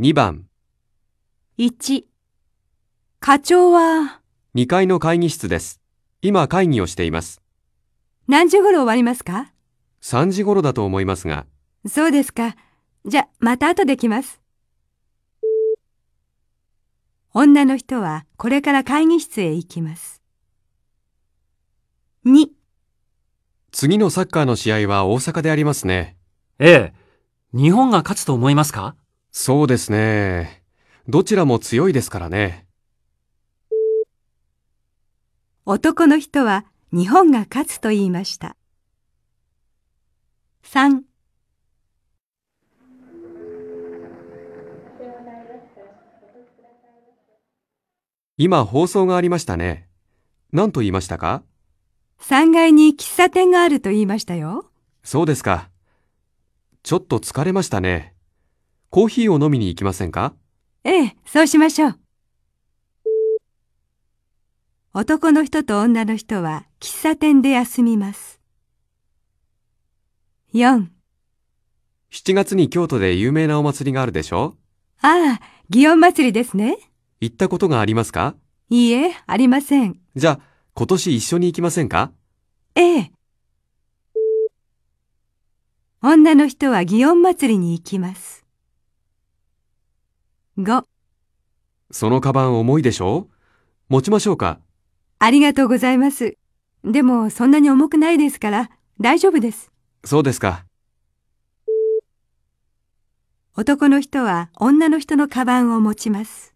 2番、 1課長は2階の会議室です。今会議をしています。何時頃終わりますか3時頃だと思いますが、そうですか。じゃ、また後で来ます。女の人はこれから会議室へ行きます。2次のサッカーの試合は大阪でありますね。ええ。日本が勝つと思いますかそうですね。どちらも強いですからね。男の人は日本が勝つと言いました。3今放送がありましたね。何と言いましたか3階に喫茶店があると言いましたよ。そうですか。ちょっと疲れましたね。コーヒーを飲みに行きませんかええ、そうしましょう。男の人と女の人は喫茶店で休みます。4. 7月に京都で有名なお祭りがあるでしょああ、祇園祭りですね。行ったことがありますかいいえ、ありません。じゃあ、今年一緒に行きませんかええ。女の人は祇園祭りに行きます。5. そのカバン重いでしょう持ちましょうかありがとうございます。でも、そんなに重くないですから、大丈夫です。そうですか。男の人は女の人のカバンを持ちます。